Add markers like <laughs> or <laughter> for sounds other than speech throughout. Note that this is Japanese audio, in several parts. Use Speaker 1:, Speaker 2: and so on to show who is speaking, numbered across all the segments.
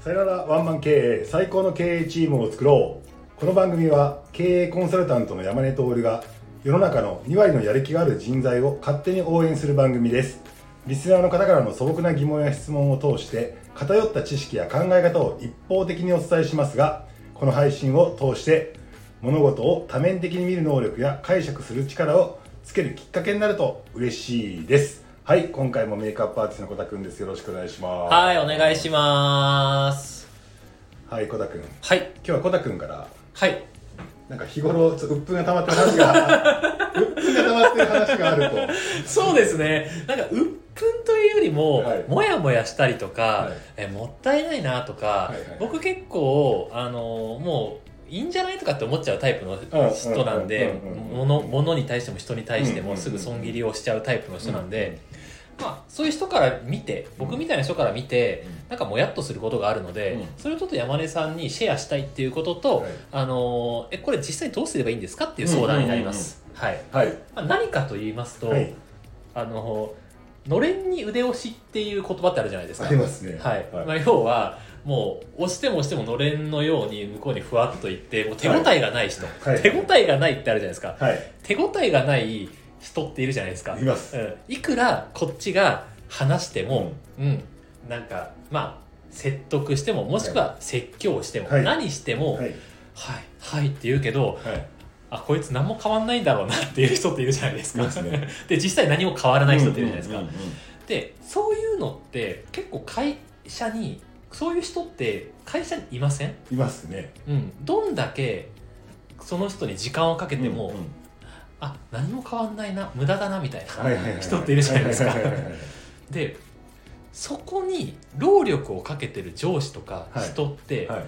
Speaker 1: さよならワンマン経営最高の経営チームを作ろうこの番組は経営コンサルタントの山根徹が世の中の2割のやる気がある人材を勝手に応援する番組ですリスナーの方からの素朴な疑問や質問を通して偏った知識や考え方を一方的にお伝えしますがこの配信を通して物事を多面的に見る能力や解釈する力をつけるきっかけになると嬉しいですはい今回もメイクアップアーティストの小田くんですよろしくお願いします
Speaker 2: はい、お願いします。
Speaker 1: はい小田くん今
Speaker 2: はい、
Speaker 1: 日は小田くんから
Speaker 2: はい、
Speaker 1: なんか日頃ちょっと鬱憤が溜まってる話
Speaker 2: <laughs>
Speaker 1: が鬱憤が溜まってる話があると
Speaker 2: そうですね。なんか、鬱憤というよりも、
Speaker 1: はい
Speaker 2: もやもやしたりとか、
Speaker 1: い
Speaker 2: えもったいないなとか、
Speaker 1: いはい
Speaker 2: 僕結構、あのもう、いいんじゃないとかって思っちゃうタイプの人なんで
Speaker 1: うんうんうんうんうん
Speaker 2: 物物に対しても人に対し
Speaker 1: うんう
Speaker 2: て
Speaker 1: んうんう
Speaker 2: も
Speaker 1: ん
Speaker 2: すぐ損切りをしちゃうタイプの人なんで、まあ、そういう人から見て僕みたいな人から見てなんかもやっとすることがあるので、
Speaker 1: うん
Speaker 2: それをちょっと山根さんにシェアしたいっていうことと、
Speaker 1: はい
Speaker 2: あのえこれ実際どうすればいいんですかっていう相談になります、はい
Speaker 1: はい
Speaker 2: まあ、何かと言いますと、
Speaker 1: はい
Speaker 2: あののれんに腕押しっていう言葉ってあるじゃないですか
Speaker 1: ありますね
Speaker 2: はい
Speaker 1: はい
Speaker 2: まあ、要はもう押しても押してものれんのように向こうにふわっといってもう手応えがない人、
Speaker 1: はい
Speaker 2: 手応えがないってあるじゃないですか
Speaker 1: はい
Speaker 2: 手応えがない人っているじゃないですか
Speaker 1: います
Speaker 2: うん、いくらこっちが話しても、うん、なんかまあ説得してももしくは説教しても、
Speaker 1: はい
Speaker 2: 何しても
Speaker 1: は
Speaker 2: 「はい
Speaker 1: い
Speaker 2: はい」って言うけど
Speaker 1: はい
Speaker 2: あこいつ何も変わんないんだろうなっていう人っているじゃないです
Speaker 1: い
Speaker 2: か
Speaker 1: ますね
Speaker 2: で実際何も変わらない人っているじゃないですか、
Speaker 1: うんうんうんうん
Speaker 2: でそういうのって結構会社にそういう人って会社にいません、
Speaker 1: いますね
Speaker 2: うん、どんだけその人に時間をかけても、
Speaker 1: うんうん
Speaker 2: あ何も変わんないな無駄だなみたい
Speaker 1: はいはいはいは
Speaker 2: な人っているじゃないですか
Speaker 1: はははいはい
Speaker 2: でそこに労力をかけてる上司とか
Speaker 1: はい
Speaker 2: 人って、
Speaker 1: はい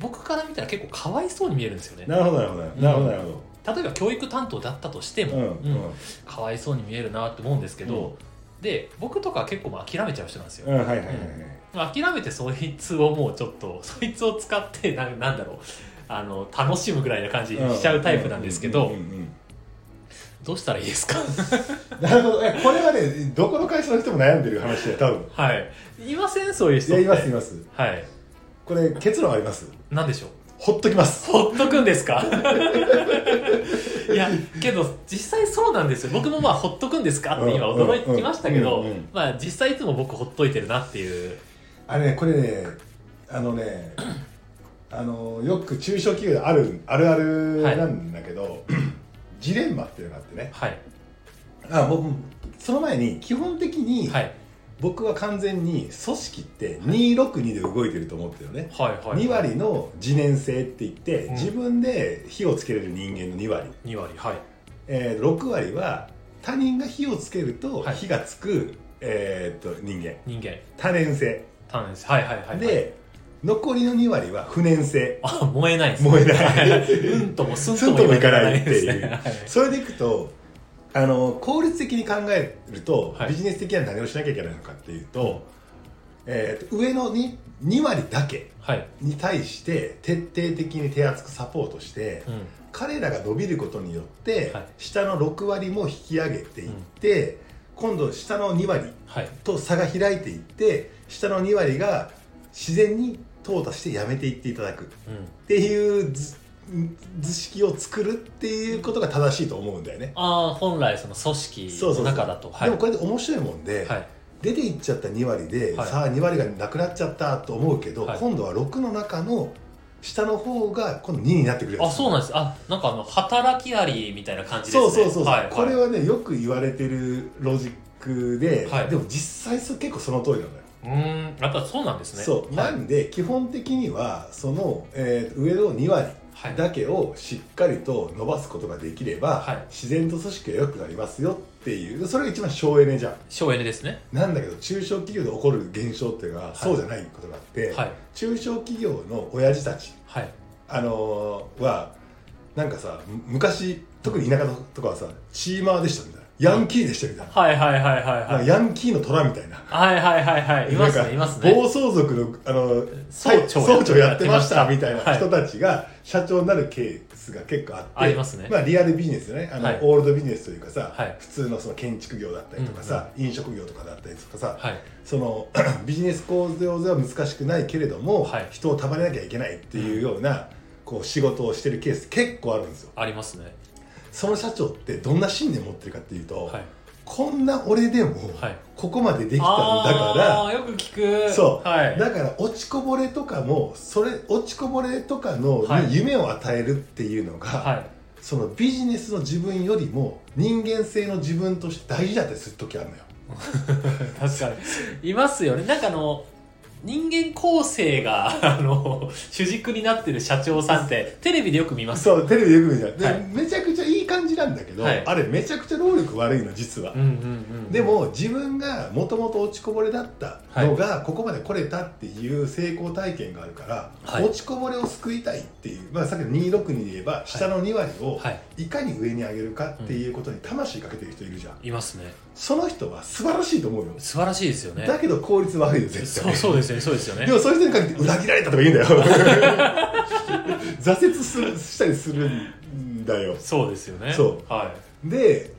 Speaker 2: 僕から見たら結構かわいそうに見えるんですよね
Speaker 1: なるほどなるほどなるほどなるほど
Speaker 2: 例えば教育担当だったとしても、
Speaker 1: うん
Speaker 2: うんかわいそうに見えるなって思うんですけど、で僕とかは結構もう諦めちゃう人なんですよ、
Speaker 1: うんはいはいはいはい
Speaker 2: まあ諦めてそいつをもうちょっと <laughs> そいつを使ってななんだろうあの楽しむぐらいな感じにしちゃうタイプなんですけど、
Speaker 1: うんうんうん
Speaker 2: どうしたらいい
Speaker 1: <laughs>
Speaker 2: ですか
Speaker 1: うんなるほどえこれはねどこの会社の人も悩んでる話だよ多分
Speaker 2: はいいませんそういう
Speaker 1: い
Speaker 2: 人っ
Speaker 1: や
Speaker 2: て
Speaker 1: いますいます
Speaker 2: はい
Speaker 1: これ結論あります
Speaker 2: なんでしょう
Speaker 1: ほっときます
Speaker 2: ほっとくんですか <laughs> いやけど実際そうなんですよ僕もまあほっとくんですかって今
Speaker 1: うんうんうん
Speaker 2: 驚きましたけど
Speaker 1: うんうん
Speaker 2: まあ実際いつも僕ほっといてるなっていう
Speaker 1: あれねこれねあの
Speaker 2: <clears throat>
Speaker 1: ねあのよく中小企業であるあるあるなんだけど、 <clears throat> ジレンマっていうのがあってね
Speaker 2: はい
Speaker 1: あ僕その前に基本的に
Speaker 2: はい
Speaker 1: 僕は完全に組織って262で動いてると思ってるよね、
Speaker 2: はいはい
Speaker 1: 2割の自燃性って言って、
Speaker 2: うん
Speaker 1: 自分で火をつけれる人間の2割、
Speaker 2: 2割はい
Speaker 1: えー6割は他人が火をつけると
Speaker 2: はい
Speaker 1: 火がつく、えーっと人間
Speaker 2: 人間
Speaker 1: 多年性、
Speaker 2: 単ですはいはいはいはい
Speaker 1: で残りの2割は不燃性
Speaker 2: あ燃えないです
Speaker 1: 燃えない
Speaker 2: うんともすん
Speaker 1: すん
Speaker 2: と
Speaker 1: と
Speaker 2: も
Speaker 1: も
Speaker 2: い
Speaker 1: い
Speaker 2: か
Speaker 1: か
Speaker 2: な
Speaker 1: ないいって
Speaker 2: です
Speaker 1: い
Speaker 2: ね
Speaker 1: う
Speaker 2: はい
Speaker 1: それでいくとあの効率的に考えると、
Speaker 2: はい
Speaker 1: ビジネス的には何をしなきゃいけないのかっていうと,、えーっと上の 2, 2割だけ
Speaker 2: はい
Speaker 1: に対して徹底的に手厚くサポートして、
Speaker 2: うん
Speaker 1: 彼らが伸びることによって、
Speaker 2: はい
Speaker 1: 下の6割も引き上げていって、今度下の2割
Speaker 2: はい
Speaker 1: と差が開いていって下の2割が自然に淘汰してやめていっていただくっ
Speaker 2: うん
Speaker 1: ていう図図式を作るっていうことが正しいと思うんだよね。
Speaker 2: ああ本来その組織
Speaker 1: そうそ
Speaker 2: の
Speaker 1: う
Speaker 2: 中だとは
Speaker 1: で
Speaker 2: い
Speaker 1: もこれで面白いもんで、
Speaker 2: はい
Speaker 1: 出ていっちゃった2割で、
Speaker 2: はい
Speaker 1: さあ2割がなくなっちゃったと思うけど、
Speaker 2: はい
Speaker 1: 今度は6の中の下の方が今度2になってくる
Speaker 2: あそう
Speaker 1: で
Speaker 2: なんですあなんかあの働きありみたいな感じです
Speaker 1: そ
Speaker 2: ね
Speaker 1: うそうそうそう、
Speaker 2: はい
Speaker 1: これはねよく言われてるロジックで、
Speaker 2: はい
Speaker 1: でも実際そ結構その通りなのよ、
Speaker 2: うーんやっぱそうなんですね
Speaker 1: そう、
Speaker 2: はい
Speaker 1: なんで基本的にはその、えー上の2割
Speaker 2: はい
Speaker 1: だけをしっかりと伸ばすことができれば、
Speaker 2: はい
Speaker 1: 自然と組織が良くなりますよっていうそれが一番省エネじゃん
Speaker 2: 省エネですね
Speaker 1: なんだけど中小企業で起こる現象っていうのは、
Speaker 2: い
Speaker 1: そうじゃないことがあって、
Speaker 2: はい
Speaker 1: 中小企業の親父たち、
Speaker 2: はい
Speaker 1: あのーはなんかさむ昔特に田舎のとかはさチーマーでしたみたいなヤンキーでしたみたいな,、
Speaker 2: はいはいはいはいはい
Speaker 1: ヤンキーの虎みたいな
Speaker 2: はいはいはいはいいます
Speaker 1: なんか
Speaker 2: ねいますね
Speaker 1: 暴走族のあの
Speaker 2: 総長
Speaker 1: 総長やってました
Speaker 2: やってました
Speaker 1: みたいな人たちが社長になるケーススが結構あって
Speaker 2: ありますね
Speaker 1: まあ、リアルビジネスよねあの、
Speaker 2: はい
Speaker 1: オールドビジネスというかさ、
Speaker 2: はい
Speaker 1: 普通のその建築業だったりとかさ、飲食業とかだったりとかさ、
Speaker 2: はい
Speaker 1: その <clears throat> ビジネス構造では難しくないけれども、
Speaker 2: はい
Speaker 1: 人を束ねなきゃいけないっていうようなこう仕事をしてるケース結構あるんですよ
Speaker 2: ありますね
Speaker 1: その社長ってどんな信念持ってるかっていうと、
Speaker 2: はい
Speaker 1: こんな俺でも
Speaker 2: はい
Speaker 1: ここまでできたんだ
Speaker 2: あ
Speaker 1: か
Speaker 2: ーよく聞く
Speaker 1: そう
Speaker 2: は
Speaker 1: ら、
Speaker 2: い
Speaker 1: だから落ちこぼれとかもそれ落ちこぼれとかの
Speaker 2: はい
Speaker 1: に夢を与えるっていうのが、
Speaker 2: はい
Speaker 1: そのビジネスの自分よりも人間性の自分として大事だってする時あるのよ
Speaker 2: 確かにいますよねなんかあの人間構成が <laughs> あの主軸になってる社長さんってテレビでよく見ます
Speaker 1: そうテレビでよく見るじゃんで、
Speaker 2: はい
Speaker 1: めちゃくちゃいい感じなんだけど、
Speaker 2: はい
Speaker 1: あれめちゃくちゃ労力悪いの実は、
Speaker 2: うんうんうん
Speaker 1: でも自分がもともと落ちこぼれだったのが、ここまで来れたっていう成功体験があるから、
Speaker 2: はい
Speaker 1: 落ちこぼれを救いたいっていう、まあ、さっきの262で言えば下の2割を
Speaker 2: はい
Speaker 1: いかに上に上げるかっていうことに魂かけてる人いるじゃん、
Speaker 2: いますね
Speaker 1: その人は素晴らしいと思うよ、
Speaker 2: 素晴らしいですよね
Speaker 1: だけど効率悪いよ絶
Speaker 2: そ
Speaker 1: 対
Speaker 2: うそうですよねそうですよね
Speaker 1: でもそういう人に限って裏切られたとか言うんだよ <laughs> 挫折するしたりするんだよ
Speaker 2: そうですよね
Speaker 1: そう
Speaker 2: は
Speaker 1: で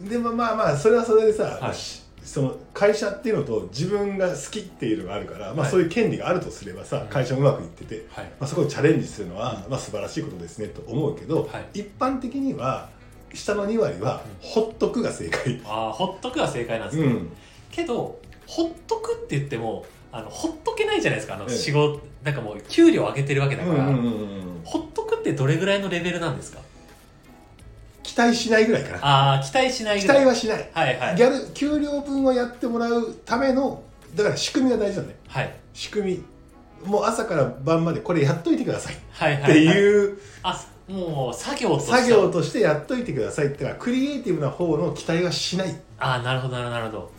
Speaker 1: でもまあまあそれはそれでさ、
Speaker 2: はい
Speaker 1: しその会社っていうのと自分が好きっていうのがあるから、まあ、
Speaker 2: はい
Speaker 1: そういう権利があるとすればさ、
Speaker 2: うん
Speaker 1: 会社もうまくいってて、
Speaker 2: はい
Speaker 1: まあ、そこにチャレンジするのは、まあ、素晴らしいことですねと思うけど、
Speaker 2: はい
Speaker 1: 一般的には下の2割はほっとくが正解、
Speaker 2: ああほっとくは正解なんです
Speaker 1: う
Speaker 2: けど、
Speaker 1: ん、
Speaker 2: けどほっとくって言ってもあのほっとけないじゃないですかあの
Speaker 1: ええ
Speaker 2: 仕事、なんかもう給料上げてるわけだ
Speaker 1: う
Speaker 2: か
Speaker 1: んう
Speaker 2: ら、
Speaker 1: んうんうん
Speaker 2: ほっとくってどれぐらいのレベルなんですか
Speaker 1: 期待しないぐらいかな
Speaker 2: ああ期待しない
Speaker 1: 期
Speaker 2: ぐらい
Speaker 1: 待はしない
Speaker 2: はいはい
Speaker 1: ギャル給料分をやってもらうためのだから仕組みが大事だね
Speaker 2: はい
Speaker 1: 仕組みもう朝から晩までこれやっといてくださいっ
Speaker 2: はいはい、はい、
Speaker 1: ていう
Speaker 2: あもう作業として
Speaker 1: 作業としてやっといてくださいってのはクリエイティブな方の期待はしない
Speaker 2: ああなるほどなるほどなるほど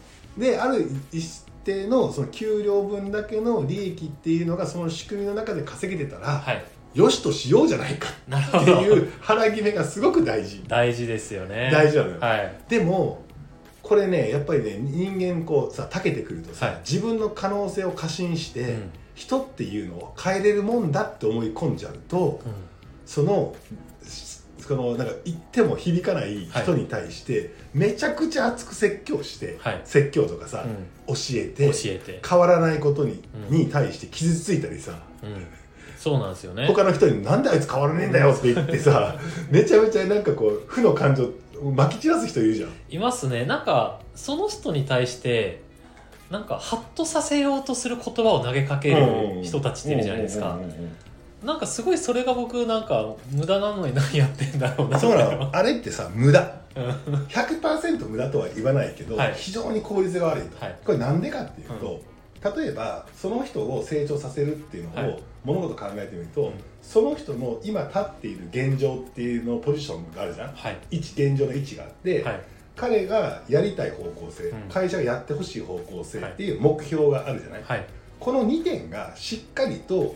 Speaker 1: である一定のその給料分だけの利益っていうのがその仕組みの中で稼げてたら、
Speaker 2: はい
Speaker 1: よしとしようじゃないか
Speaker 2: なるほ
Speaker 1: ってい
Speaker 2: ど
Speaker 1: う <laughs> 腹決めがすごく大事
Speaker 2: 大事ですよね
Speaker 1: 大事なのよ、
Speaker 2: はい
Speaker 1: でもこれねやっぱりね人間こうさ長けてくるとさ、
Speaker 2: はい
Speaker 1: 自分の可能性を過信して、
Speaker 2: うん、
Speaker 1: 人っていうのを変えれるもんだって思い込んじゃうと、そのしそのなんか言っても響かない人に対して、めちゃくちゃ熱く説教して、
Speaker 2: はい
Speaker 1: 説教とかさ、
Speaker 2: う
Speaker 1: 教
Speaker 2: ん
Speaker 1: え
Speaker 2: うん
Speaker 1: て
Speaker 2: 教えて、
Speaker 1: 変わらないことに,、
Speaker 2: うん
Speaker 1: に対して傷ついたりさ
Speaker 2: うん、そうなんですよね
Speaker 1: 他の人に「なんであいつ変わらねえんだよ」って言ってさ <laughs> めちゃめちゃなんかこう負の感情をまき散らす人いるじゃん。
Speaker 2: いますねなんかその人に対してなんかハッとさせようとする言葉を投げかける人たちっているじゃないです
Speaker 1: う
Speaker 2: か
Speaker 1: んうんうんうん
Speaker 2: なんかすごいそれが僕なんか無駄なのに何やってんだろうな
Speaker 1: そう
Speaker 2: み
Speaker 1: な
Speaker 2: たい
Speaker 1: のあれってさ無駄
Speaker 2: うん
Speaker 1: 100%無駄とは言わないけど、
Speaker 2: はい
Speaker 1: 非常に効率が悪いと、
Speaker 2: はい
Speaker 1: これなんでかっていうと、例えばその人を成長させるっていうのを、
Speaker 2: はい
Speaker 1: 物事考えてみると、
Speaker 2: うん
Speaker 1: その人の今立っている現状っていうのポジションがあるじゃん
Speaker 2: はい
Speaker 1: 位置現状の位置があって、
Speaker 2: はい
Speaker 1: 彼がやりたい方向性、
Speaker 2: うん
Speaker 1: 会社がやってほしい方向性っていう目標があるじゃない、
Speaker 2: はい
Speaker 1: この2点がしっかりと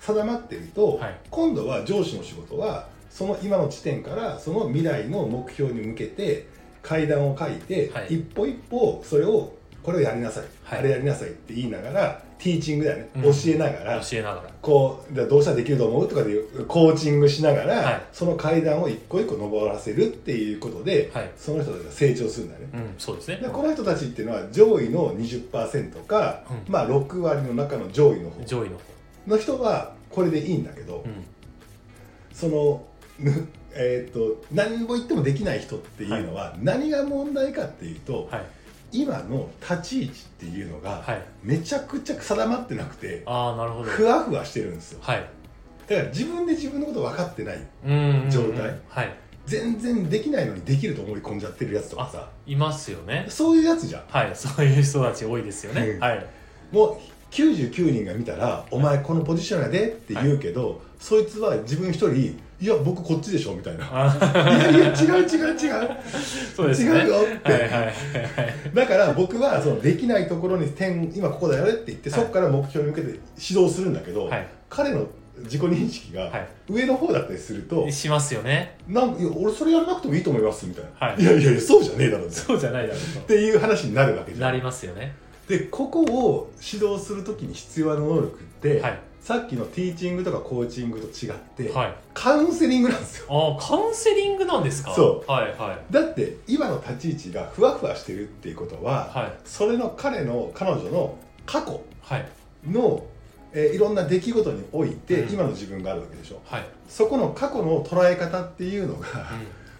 Speaker 1: 定まってると、
Speaker 2: はい
Speaker 1: 今度は上司の仕事はその今の地点からその未来の目標に向けて階段を書いて、
Speaker 2: はい
Speaker 1: 一歩一歩それをこれをやりなさい、
Speaker 2: はい
Speaker 1: あれやりなさいって言いながらティーチングだよね、
Speaker 2: うん
Speaker 1: 教えながら
Speaker 2: 教えながら
Speaker 1: こうじゃあどうしたらできると思うとかでいうコーチングしながら、
Speaker 2: はい
Speaker 1: その階段を一個一個登らせるっていうことで、
Speaker 2: はい
Speaker 1: その人たちが成長するんだよね。
Speaker 2: うんそうですね
Speaker 1: でこの人たちっていうのは上位の20%か、
Speaker 2: うん
Speaker 1: まあ6割の中の上位の方
Speaker 2: 上位の方
Speaker 1: の人はこれでいいんだけど、
Speaker 2: うん
Speaker 1: そのぬえー、と何も言ってもできない人っていうのは、何が問題かっていうと、
Speaker 2: はい
Speaker 1: 今の立ち位置っていうのが、
Speaker 2: はい
Speaker 1: めちゃくちゃ定まってなくて
Speaker 2: ああなるほど
Speaker 1: ふわふわしてるんですよ
Speaker 2: はい
Speaker 1: だから自分で自分のこと分かってない
Speaker 2: うんうんうん
Speaker 1: 状態
Speaker 2: はい
Speaker 1: 全然できないのにできると思い込んじゃってるやつとかさ
Speaker 2: いますよね
Speaker 1: そういうやつじゃん
Speaker 2: はいそういう人たち多いですよね、
Speaker 1: うん
Speaker 2: はい
Speaker 1: もう99人が見たら「お前このポジションやで」って言うけど、そいつは自分一人「いや僕こっちでしょ」みたいな
Speaker 2: あ
Speaker 1: いやいや違う違う違う
Speaker 2: <laughs> そうですね
Speaker 1: 違うよって
Speaker 2: はいはいはいはい
Speaker 1: だから僕はそのできないところに点今ここだよねって言って、
Speaker 2: はい
Speaker 1: そこから目標に向けて指導するんだけど、
Speaker 2: はい
Speaker 1: 彼の自己認識
Speaker 2: は
Speaker 1: が
Speaker 2: い
Speaker 1: 上の方だったりすると、
Speaker 2: しますよね
Speaker 1: なんいや俺それやらなくてもいいと思いますみたいな、
Speaker 2: はい
Speaker 1: やいやいやそうじゃねえだろって
Speaker 2: そうじゃないだろう
Speaker 1: っていう話になるわけ
Speaker 2: と
Speaker 1: じゃ
Speaker 2: なんりますよね
Speaker 1: でここを指導するときに必要な能力って、
Speaker 2: はい
Speaker 1: さっきのティーチングとかコーチングと違って、
Speaker 2: はい
Speaker 1: カウンセリングなんですよ
Speaker 2: ああカウンセリングなんですか
Speaker 1: そう
Speaker 2: はいはい
Speaker 1: だって今の立ち位置がふわふわしてるっていうことは、
Speaker 2: はい
Speaker 1: それの彼の彼女の過去
Speaker 2: はい
Speaker 1: の、えーいろんな出来事において、
Speaker 2: うん
Speaker 1: 今の自分があるわけでしょ
Speaker 2: はい、
Speaker 1: そこの過去の捉え方っていうのが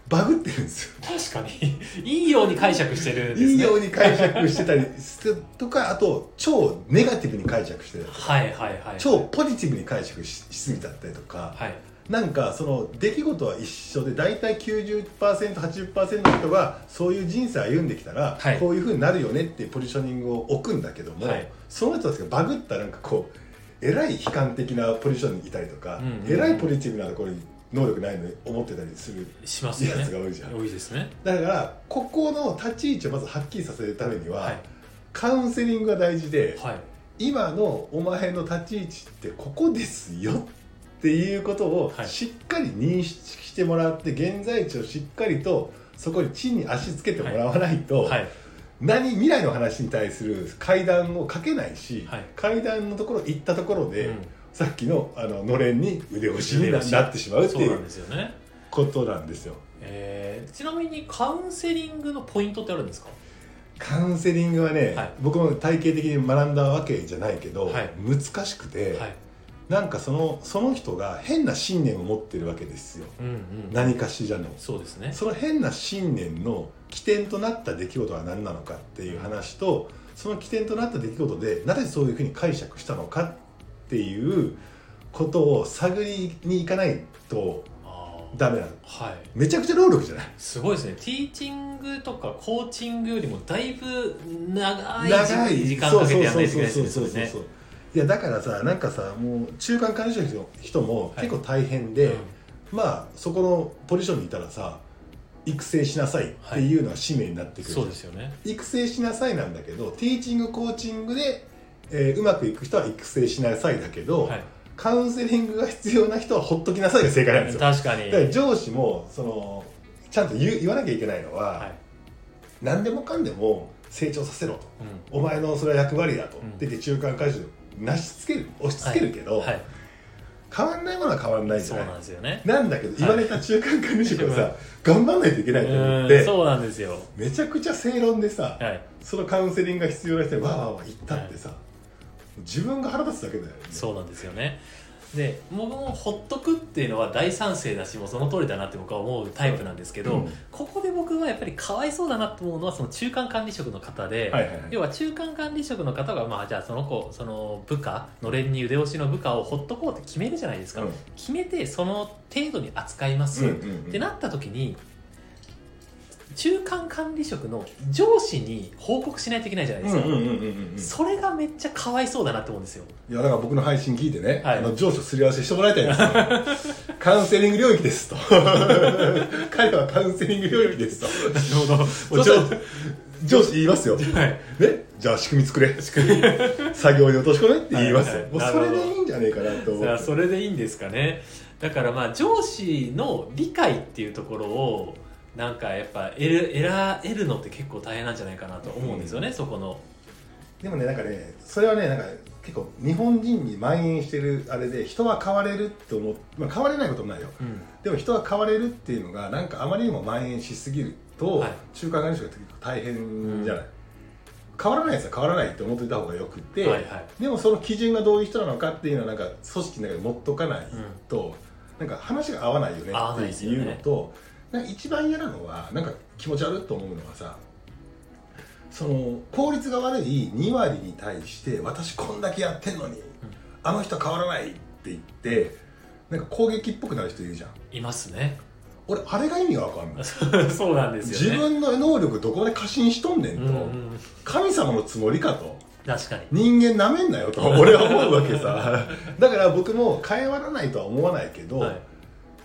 Speaker 1: バグってるんですよ
Speaker 2: 確かに <laughs> いいように解釈してるんですね
Speaker 1: いいように解釈してたりするとかあと超ネガティブに解釈してたり
Speaker 2: はいはいはい
Speaker 1: 超ポジティブに解釈ししすぎちゃったりとか
Speaker 2: はい
Speaker 1: なんかその出来事は一緒で大体 90%80% の人がそういう人生歩んできたら、
Speaker 2: はい
Speaker 1: こういうふうになるよねっていうポジショニングを置くんだけども、
Speaker 2: はい
Speaker 1: その人たちがバグったなんかこうえらい悲観的なポジションにいたりとか、
Speaker 2: うんうんうん
Speaker 1: えらいポジティブなところに能力ないのに思ってたりする
Speaker 2: しますよ
Speaker 1: やつ
Speaker 2: ね
Speaker 1: が多いじゃん。
Speaker 2: 多いですね
Speaker 1: だからここの立ち位置をまずはっきりさせるためには、
Speaker 2: はい
Speaker 1: カウンセリングが大事で、
Speaker 2: はい
Speaker 1: 今のお前の立ち位置ってここですよっていうことを
Speaker 2: はい
Speaker 1: しっかり認識してもらって現在地をしっかりとそこに地に足つけてもらわないと、
Speaker 2: はい
Speaker 1: 何未来の話に対する階段をかけないし、
Speaker 2: はい
Speaker 1: 階段のところ行ったところで、
Speaker 2: うん
Speaker 1: さっきのあののれんに腕押しにな
Speaker 2: 腕押し
Speaker 1: なってしまうって
Speaker 2: そう
Speaker 1: い
Speaker 2: なん
Speaker 1: う
Speaker 2: ですよね
Speaker 1: ことなんですよ。
Speaker 2: えー、ちなみにカウンセリングのポイントってあるんですか
Speaker 1: カウンセリングはね、
Speaker 2: はい
Speaker 1: 僕も体系的に学んだわけじゃないけど、
Speaker 2: はい
Speaker 1: 難しくて、
Speaker 2: はい
Speaker 1: なんかそのその人が変な信念を持ってるわけですよ
Speaker 2: うんうん
Speaker 1: 何かしらの
Speaker 2: そうですね
Speaker 1: その変な信念の起点となった出来事は何なのかっていう話とその起点となった出来事でなぜそういうふうに解釈したのかっていうことを探りに行かないと
Speaker 2: あ
Speaker 1: ダメなの
Speaker 2: あはい
Speaker 1: めちゃくちゃ労力じゃない
Speaker 2: すごいですねティーチングとかコーチングよりもだいぶ長い
Speaker 1: 長い
Speaker 2: 時間かけてやんない
Speaker 1: そう
Speaker 2: といけない
Speaker 1: そう
Speaker 2: です
Speaker 1: そう
Speaker 2: よ
Speaker 1: そう
Speaker 2: ね
Speaker 1: そういやだからさなんかさもう中間管理職の人も結構大変で、まあそこのポジションにいたらさ育成しなさいっていうのは使命になって
Speaker 2: うん
Speaker 1: くる、
Speaker 2: そうですよね
Speaker 1: 育成しなさいなんだけどティーチングコーチングで、えーうまくいく人は育成しなさいだけど、
Speaker 2: はい
Speaker 1: カウンセリングが必要な人はほっときなさいが正解なんですよだ
Speaker 2: 確かに
Speaker 1: から上司もそのちゃんと言う言わなきゃいけないのは、
Speaker 2: はい
Speaker 1: 何でもかんでも成長させろと
Speaker 2: うん
Speaker 1: お前のそれは役割だと、
Speaker 2: うん
Speaker 1: 出て中間解除なしつける押し付けるけど、
Speaker 2: はい
Speaker 1: 変わんないものは変わんないじ
Speaker 2: そ
Speaker 1: ゃ
Speaker 2: う
Speaker 1: ない
Speaker 2: なんですよね
Speaker 1: なんだけど言われた中間管理職はさ、
Speaker 2: は
Speaker 1: 頑張んないといけないと思って
Speaker 2: うんそうなんですよ
Speaker 1: めちゃくちゃ正論でさ、
Speaker 2: はい
Speaker 1: そのカウンセリングが必要な人にわーわーわー言ったってさ、自分が腹立つだけだよね
Speaker 2: そうなんですよねで僕もほっとくっていうのは大賛成だしもうその通りだなって僕は思うタイプなんですけ
Speaker 1: う
Speaker 2: ど、
Speaker 1: ん
Speaker 2: ここで僕はやっぱりかわいそうだなと思うのはその中間管理職の方で、
Speaker 1: はいはいはい
Speaker 2: 要は中間管理職の方がまあじゃあその子その部下のれんに腕押しの部下をほっとこうって決めるじゃないですか、
Speaker 1: うん
Speaker 2: 決めてその程度に扱います、
Speaker 1: うんうんうん
Speaker 2: ってなった時に中間管理職の上司に報告しないといけないじゃないで
Speaker 1: うん
Speaker 2: す
Speaker 1: う
Speaker 2: か、
Speaker 1: んうんうんうんい
Speaker 2: それがめっちゃかわいそうだなって思うんですよ
Speaker 1: やだから僕の配信聞いてね、
Speaker 2: はい
Speaker 1: あの上司とすり合わせしてもらいたいです
Speaker 2: <laughs>
Speaker 1: よカウンセリング領域ですと彼はカウンセリング領域ですと
Speaker 2: なるほ
Speaker 1: そしたら上司言いますよ、ね、
Speaker 2: はい、
Speaker 1: じゃあ仕組み作れ作業に落とし込めって言いますよ、
Speaker 2: はいはい
Speaker 1: もうそれでいいんじゃねえかなと思
Speaker 2: じゃあ
Speaker 1: う
Speaker 2: それでいいんですかねだからまあ上司の理解っていうところをなんかやっぱ得る得ら得るのって結構大変なんじゃないかなと思うんですよね、そこの
Speaker 1: でもねなんかねそれはねなんか結構日本人に蔓延してるあれで人は変われるって思って、まあ、変われないこともないよ
Speaker 2: うん
Speaker 1: でも人は変われるっていうのがなんかあまりにも蔓延しすぎると、
Speaker 2: はい
Speaker 1: 中間管理職が結構大変じゃない、変わらないやつは変わらないって思ってた方がよくて、
Speaker 2: はいはい
Speaker 1: でもその基準がどういう人なのかっていうのはなんか組織の中に持っとかないと、なんか話が合わないよね
Speaker 2: 合わないで
Speaker 1: っ
Speaker 2: す
Speaker 1: て
Speaker 2: よ
Speaker 1: い
Speaker 2: ね
Speaker 1: うのと、なんか一番嫌なのはなんか気持ち悪いと思うのはさその効率が悪い2割に対して私こんだけやってんのに、あの人変わらないって言ってなんか攻撃っぽくなる人いるじゃん
Speaker 2: いますね <laughs>
Speaker 1: 俺あれが意味が分かんない
Speaker 2: そうなんです
Speaker 1: 自
Speaker 2: よ
Speaker 1: 分
Speaker 2: ね
Speaker 1: の能力どこまで過信しとんねんと、
Speaker 2: うんうん、
Speaker 1: 神様のつもりかと
Speaker 2: 確かに
Speaker 1: 人間なめんなよと <laughs> 俺は思うわけさだから僕も変えわらないとは思わないけど、
Speaker 2: はい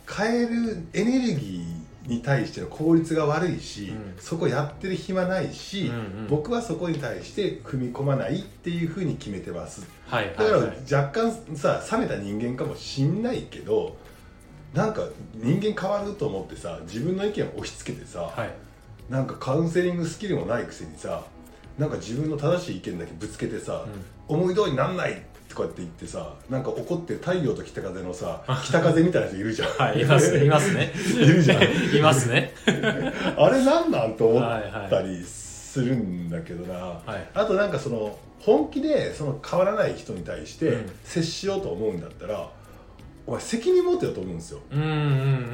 Speaker 1: 変えるエネルギーに対しての効率が悪いし、
Speaker 2: うん
Speaker 1: そこやってる暇ないし、
Speaker 2: うんうん
Speaker 1: 僕はそこに対して踏み込まないっていうふうに決めてます
Speaker 2: はい
Speaker 1: だ
Speaker 2: は
Speaker 1: か
Speaker 2: い
Speaker 1: ら
Speaker 2: はい
Speaker 1: 若干さ冷めた人間かもしんないけどなんか人間変わると思ってさ自分の意見を押し付けてさ、
Speaker 2: はい
Speaker 1: なんかカウンセリングスキルもないくせにさなんか自分の正しい意見だけぶつけてさ、
Speaker 2: うん
Speaker 1: 思い通りになんないっとかって言ってさなんか怒って太陽と北風の
Speaker 2: <laughs>
Speaker 1: さ北風みたいな人いるじゃん、
Speaker 2: はい、いますね、います <laughs> ね。
Speaker 1: いるじゃん
Speaker 2: いますね。
Speaker 1: <laughs> あれなんなんと思
Speaker 2: はいはい
Speaker 1: ったりするんだけどな、
Speaker 2: はい。
Speaker 1: あとなんかその本気でその変わらない人に対して
Speaker 2: うん
Speaker 1: 接しようと思うんだったら、お前責任持てよと思うんですよ、
Speaker 2: うんうんうんうんうんうん。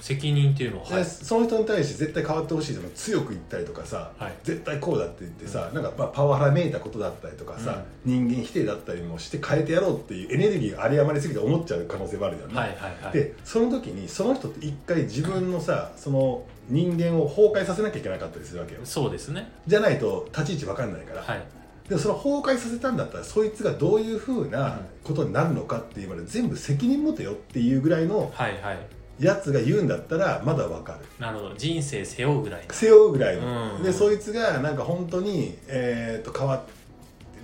Speaker 2: 責任っていうのは、はい
Speaker 1: で。その人に対して絶対変わってほしいとか強く言ったりとかさ
Speaker 2: はい。
Speaker 1: 絶対こうだって言ってさ、なんかまあパワハラめいたことだったりとかさ、人間否定だったりもして変えてやろうっていうエネルギーが有り余りすぎて思っちゃう可能性もあるじゃんね、
Speaker 2: はいはいはい。
Speaker 1: でその時にその人って一回自分のさその人間を崩壊させなきゃいけなかったりするわけよ
Speaker 2: そうですね。
Speaker 1: じゃないと立ち位置分かんないから、
Speaker 2: はい。
Speaker 1: でもその崩壊させたんだったらそいつがどういうふうなことになるのかっていうまで全部責任持てよっていうぐらいの
Speaker 2: はいはい。
Speaker 1: やつが言うんだったらまだ分かる
Speaker 2: なるほど。人生背負うぐらいの。
Speaker 1: 背負うぐらいの、
Speaker 2: うん
Speaker 1: でそいつがなんか本当に、えー、と変わ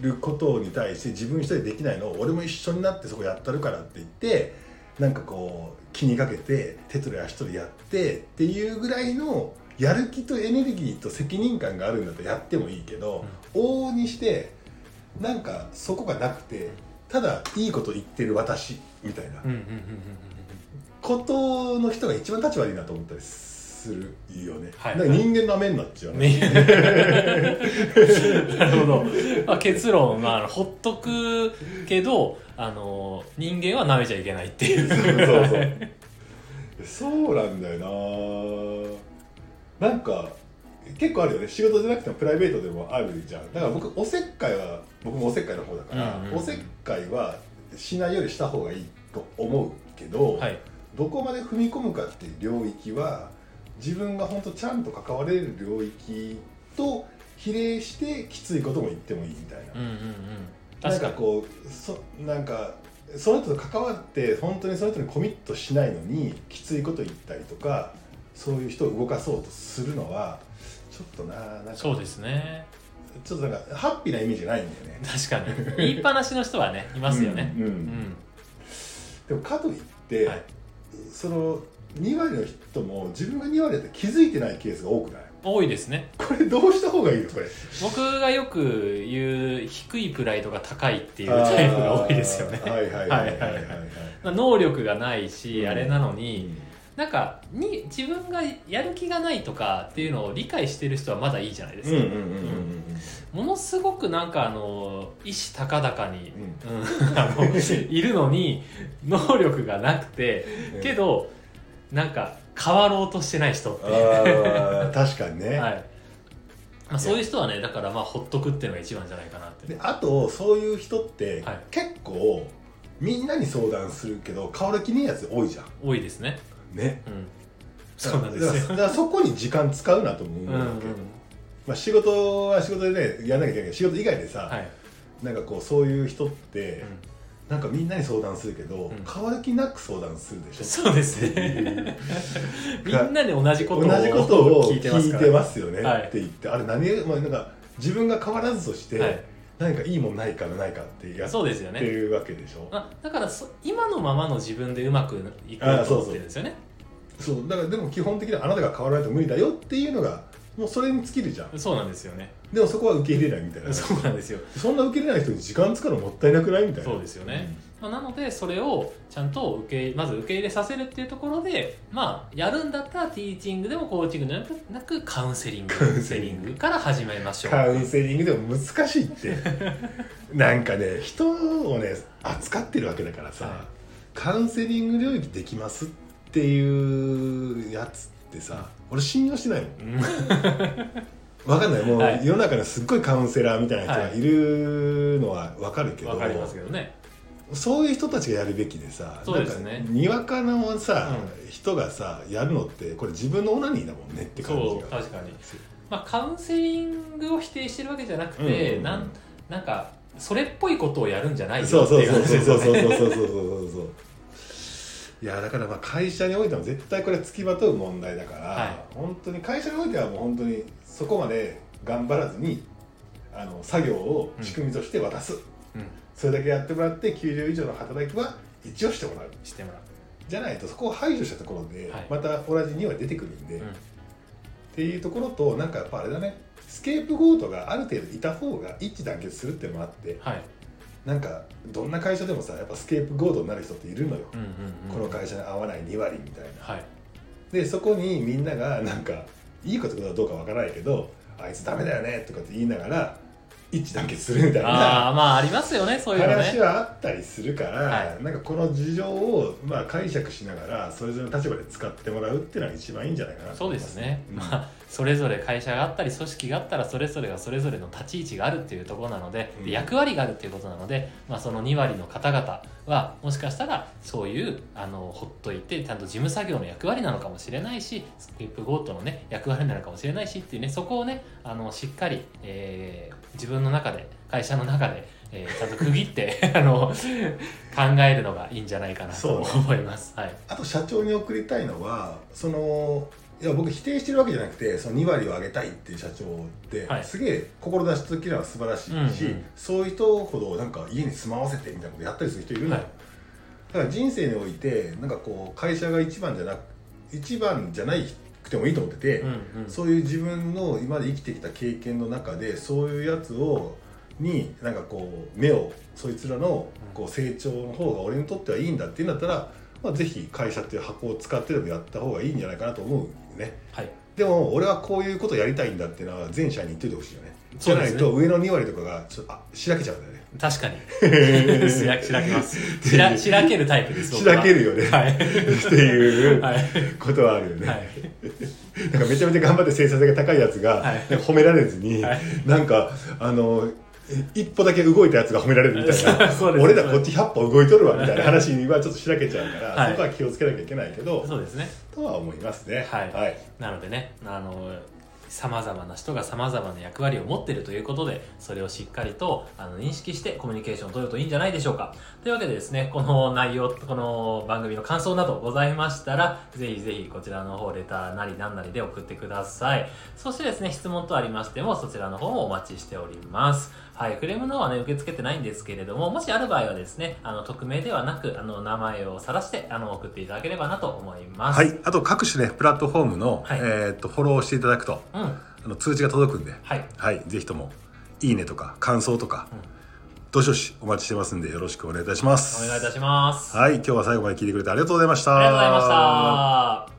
Speaker 1: ることに対して自分一人でできないのを俺も一緒になってそこやったるからって言ってなんかこう気にかけて手取り足取りやってっていうぐらいのやる気とエネルギーと責任感があるんだったらやってもいいけど、往々にしてなんかそこがなくてただいいこと言ってる私みたいな
Speaker 2: うんうんうんうんうんうん。
Speaker 1: ことの人が一番立ち悪いなと思ったりするよね、
Speaker 2: はい
Speaker 1: なんか人間なめになっちゃうね
Speaker 2: ねなるほど、まあ、結論、まああの、ほっとくけどあの人間は舐めちゃいけないっていう
Speaker 1: そうそうそうなんだよななんか結構あるよね仕事じゃなくてもプライベートでもあるじゃんだから僕おせっかいは僕もおせっかいの方だから、
Speaker 2: うんうんうん
Speaker 1: おせっかいはしないよりした方がいいと思うけど、
Speaker 2: はい
Speaker 1: どこまで踏み込むかっていう領域は自分が本当ちゃんと関われる領域と比例してきついことも言ってもいいみたいな、
Speaker 2: うんうんうん
Speaker 1: なん
Speaker 2: 確か
Speaker 1: か
Speaker 2: に
Speaker 1: こうそなんかその人と関わって本当にその人にコミットしないのにきついこと言ったりとかそういう人を動かそうとするのはちょっとななんか
Speaker 2: そうですね
Speaker 1: ちょっとなんかハッピーなイメージがないんだよね。
Speaker 2: 確かに言いっぱなしの人はねいますよね
Speaker 1: うんう
Speaker 2: うん、
Speaker 1: んでもかといって、
Speaker 2: はい
Speaker 1: その2割の人も自分が2割だって気づいてないケースが多くない
Speaker 2: 多いですね
Speaker 1: これどうした方がいいのこれ
Speaker 2: 僕がよく言う低いプライドが高いっていうタイプが多いですよね
Speaker 1: あーはいはいはいはいはいはい
Speaker 2: まあ能力がないし、
Speaker 1: うん
Speaker 2: あれなのになんかに自分がやる気がないとかっていうのを理解してる人はまだいいじゃないで
Speaker 1: う
Speaker 2: す
Speaker 1: んう
Speaker 2: か、
Speaker 1: んうんうんうんうん
Speaker 2: ものすごくなんかあの意志高々に、
Speaker 1: う
Speaker 2: うんあの <laughs> いるのに能力がなくて
Speaker 1: うん
Speaker 2: けどなんか変わろうとしてない人っていう、 <laughs>
Speaker 1: あー確かにね、
Speaker 2: はいまあ、そういう人はねだからまあほっとくっていうのが一番じゃないかなって
Speaker 1: であとそういう人って
Speaker 2: はい
Speaker 1: 結構みんなに相談するけど変わる気ねえやつ多いじゃ
Speaker 2: 多いですね、
Speaker 1: んね
Speaker 2: うん、そうなんです
Speaker 1: だ
Speaker 2: よ
Speaker 1: からだからそこに時間使うなと思う
Speaker 2: うんん
Speaker 1: だ
Speaker 2: う
Speaker 1: けど、
Speaker 2: ん
Speaker 1: まあ、仕事は仕事でねやらなきゃいけないけど仕事以外でさ、
Speaker 2: はい、
Speaker 1: なんかこうそういう人って、
Speaker 2: うん
Speaker 1: なんかみんなに相談するけど、
Speaker 2: ん
Speaker 1: 変わる気なく相談するでしょ
Speaker 2: そうですね <laughs> みんなで同じこと
Speaker 1: 同
Speaker 2: を
Speaker 1: じことを
Speaker 2: 聞
Speaker 1: 聞
Speaker 2: いてます
Speaker 1: い
Speaker 2: か
Speaker 1: て
Speaker 2: ら
Speaker 1: ますよね
Speaker 2: はい
Speaker 1: って言って、あれ何、まあ、なんか自分が変わらずとして、
Speaker 2: はい
Speaker 1: 何かいいもんないかなないかってやっ
Speaker 2: そうですよ
Speaker 1: て
Speaker 2: ね
Speaker 1: るわけでしょ、
Speaker 2: あだからそ今のままの自分でうまくいこ
Speaker 1: あ
Speaker 2: う
Speaker 1: そうそう
Speaker 2: と思ってるんですよね
Speaker 1: そうだからでも基本的にはあなたが変わらないと無理だよっていうのがもうそれに尽きるじゃん
Speaker 2: そうなんですよね
Speaker 1: でもそこは受け入れないみたいな
Speaker 2: そうなんですよ
Speaker 1: そんな受け入れない人に時間使うのもったいなくないみたいな
Speaker 2: そうですよね、まあ、なのでそれをちゃんと受けまず受け入れさせるっていうところでまあやるんだったらティーチングでもコーチングでもなくカウンセリング
Speaker 1: カウンセリング
Speaker 2: カウから始めましょう
Speaker 1: カウンセリングでも難しいってなんかね人をね扱ってるわけだからさ、
Speaker 2: はい
Speaker 1: カウンセリング領域できますっていうやつってさ俺信用してないもん
Speaker 2: うん
Speaker 1: わかんないもう、
Speaker 2: はい
Speaker 1: 世の中のすっごいカウンセラーみたいな人がいるのはわかるけど、
Speaker 2: わかりますけどね
Speaker 1: そういう人たちがやるべきでさ
Speaker 2: そうですね
Speaker 1: なんかにわかのさ、人がさやるのってこれ自分のオナニーだもんねって感じ
Speaker 2: そう
Speaker 1: が
Speaker 2: 確かに、まあ、カウンセリングを否定してるわけじゃなく
Speaker 1: うんうん
Speaker 2: て、
Speaker 1: うん
Speaker 2: なんなんかそれっぽいことをやるんじゃないよって
Speaker 1: そうそう
Speaker 2: いう
Speaker 1: そう
Speaker 2: 話
Speaker 1: そう
Speaker 2: です
Speaker 1: そう
Speaker 2: よ
Speaker 1: そう
Speaker 2: ね
Speaker 1: そうそうそうそうそういやだからまあ会社においても絶対これ付きまとう問題だから、
Speaker 2: は
Speaker 1: 本当に会社においてはもう本当にそこまで頑張らずにあの作業を仕組みとして渡す、
Speaker 2: うん
Speaker 1: それだけやってもらって90以上の働きは一応してもらう
Speaker 2: してもらう
Speaker 1: じゃないとそこを排除したところで、
Speaker 2: はい
Speaker 1: また同じには出てくるんで、
Speaker 2: うん
Speaker 1: っていうところとなんかやっぱあれだねスケープゴートがある程度いた方が一致団結するっていうのもあって
Speaker 2: はい
Speaker 1: なんかどんな会社でもさやっぱスケープゴートになる人っているのよ、
Speaker 2: うんうんうん
Speaker 1: この会社に合わない2割みたいな
Speaker 2: はい
Speaker 1: でそこにみんながなんかいいことかどうかわからないけどあいつダメだよねとかって言いながら一致団結するみたい
Speaker 2: あ
Speaker 1: な
Speaker 2: <laughs> あまあありますよねそういうの
Speaker 1: 話
Speaker 2: ね
Speaker 1: はあったりするから、
Speaker 2: は
Speaker 1: なんかこの事情をまあ解釈しながらそれぞれの立場で使ってもらうっていうのが一番いいんじゃないかなと
Speaker 2: そう
Speaker 1: 思い
Speaker 2: で
Speaker 1: ます
Speaker 2: すね、
Speaker 1: うん
Speaker 2: まあそれぞれ会社があったり組織があったらそれぞれがそれぞれの立ち位置があるっていうところなので
Speaker 1: うん
Speaker 2: で役割があるっていうことなので、まあ、その2割の方々はもしかしたらそういうあのほっといてちゃんと事務作業の役割なのかもしれないしスクープゴートのね役割なのかもしれないしっていうねそこをねあのしっかり、えー自分の中で会社の中で、えーちゃんと区切って <laughs> あの考えるのがいいんじゃないかなと
Speaker 1: そうね
Speaker 2: 思います。はい、
Speaker 1: あと社長に送りたいのはそのいや僕否定してるわけじゃなくてその2割を上げたいっていう社長って、
Speaker 2: はい
Speaker 1: すげえ志的なのは素晴らしいし、
Speaker 2: うんうん
Speaker 1: そういう人ほどなんか家に住まわせてみたいなことやったりする人いるのよ、
Speaker 2: はい
Speaker 1: だから人生においてなんかこう会社が一番じゃなく一番じゃないくてもいいと思ってて、
Speaker 2: うんうん
Speaker 1: そういう自分の今まで生きてきた経験の中でそういうやつをになんかこう目をそいつらのこう成長の方が俺にとってはいいんだっていうんだったら、まあ、ぜひ会社っていう箱を使ってでもやった方がいいんじゃないかなと思うよね
Speaker 2: はい
Speaker 1: でも俺はこういうことやりたいんだっていうのは全社に言っといてほしいよね
Speaker 2: そう
Speaker 1: じゃ
Speaker 2: で
Speaker 1: な
Speaker 2: す
Speaker 1: い
Speaker 2: ね
Speaker 1: と上の2割とかがちょっとあしらけちゃうんだよね <laughs>
Speaker 2: 確かに。しらしらけます。しらしらけるタイプです。
Speaker 1: し
Speaker 2: 僕は
Speaker 1: らけるよね、
Speaker 2: はい。
Speaker 1: っていう
Speaker 2: はい。
Speaker 1: ことはあるよね、
Speaker 2: はい。
Speaker 1: なんかめちゃめちゃ頑張って生産性が高いやつが、
Speaker 2: はい
Speaker 1: なんか褒められずに、
Speaker 2: はい
Speaker 1: なんかあの一歩だけ動いたやつが褒められるみたいな
Speaker 2: <laughs> そうです
Speaker 1: 俺らこっち100歩動いとるわみたいな話にはちょっとしらけちゃうから、
Speaker 2: はい
Speaker 1: そこは気をつけなきゃいけないけど
Speaker 2: そうですね。
Speaker 1: とは思いますね
Speaker 2: はいなのでね、あの、さまざまな人がさまざまな役割を持っているということで、それをしっかりとあの認識してコミュニケーションを取るといいんじゃないでしょうか。というわけでですね、この内容、この番組の感想などございましたら、ぜひぜひこちらの方、レターなりなんなりで送ってください。そしてですね、質問とありましても、そちらの方もお待ちしております。はい、クレームの方はね、受け付けてないんですけれども、もしある場合はですね、あの、匿名ではなく、あの、名前を晒して、あの、送っていただければなと思います。
Speaker 1: はい。あと各種ねプラットフォームの、
Speaker 2: はい
Speaker 1: えーっとフォローしていただくと
Speaker 2: うん。
Speaker 1: あの通知が届くんで、
Speaker 2: はい。
Speaker 1: はい、ぜひとも「いいね」とか感想とか、
Speaker 2: うん
Speaker 1: どしどしお待ちしてますんでよろしくお願いいたします
Speaker 2: お願いいたします。あ
Speaker 1: はい今日は最後まで聞いてくれてありがとうございました
Speaker 2: りがとうございました。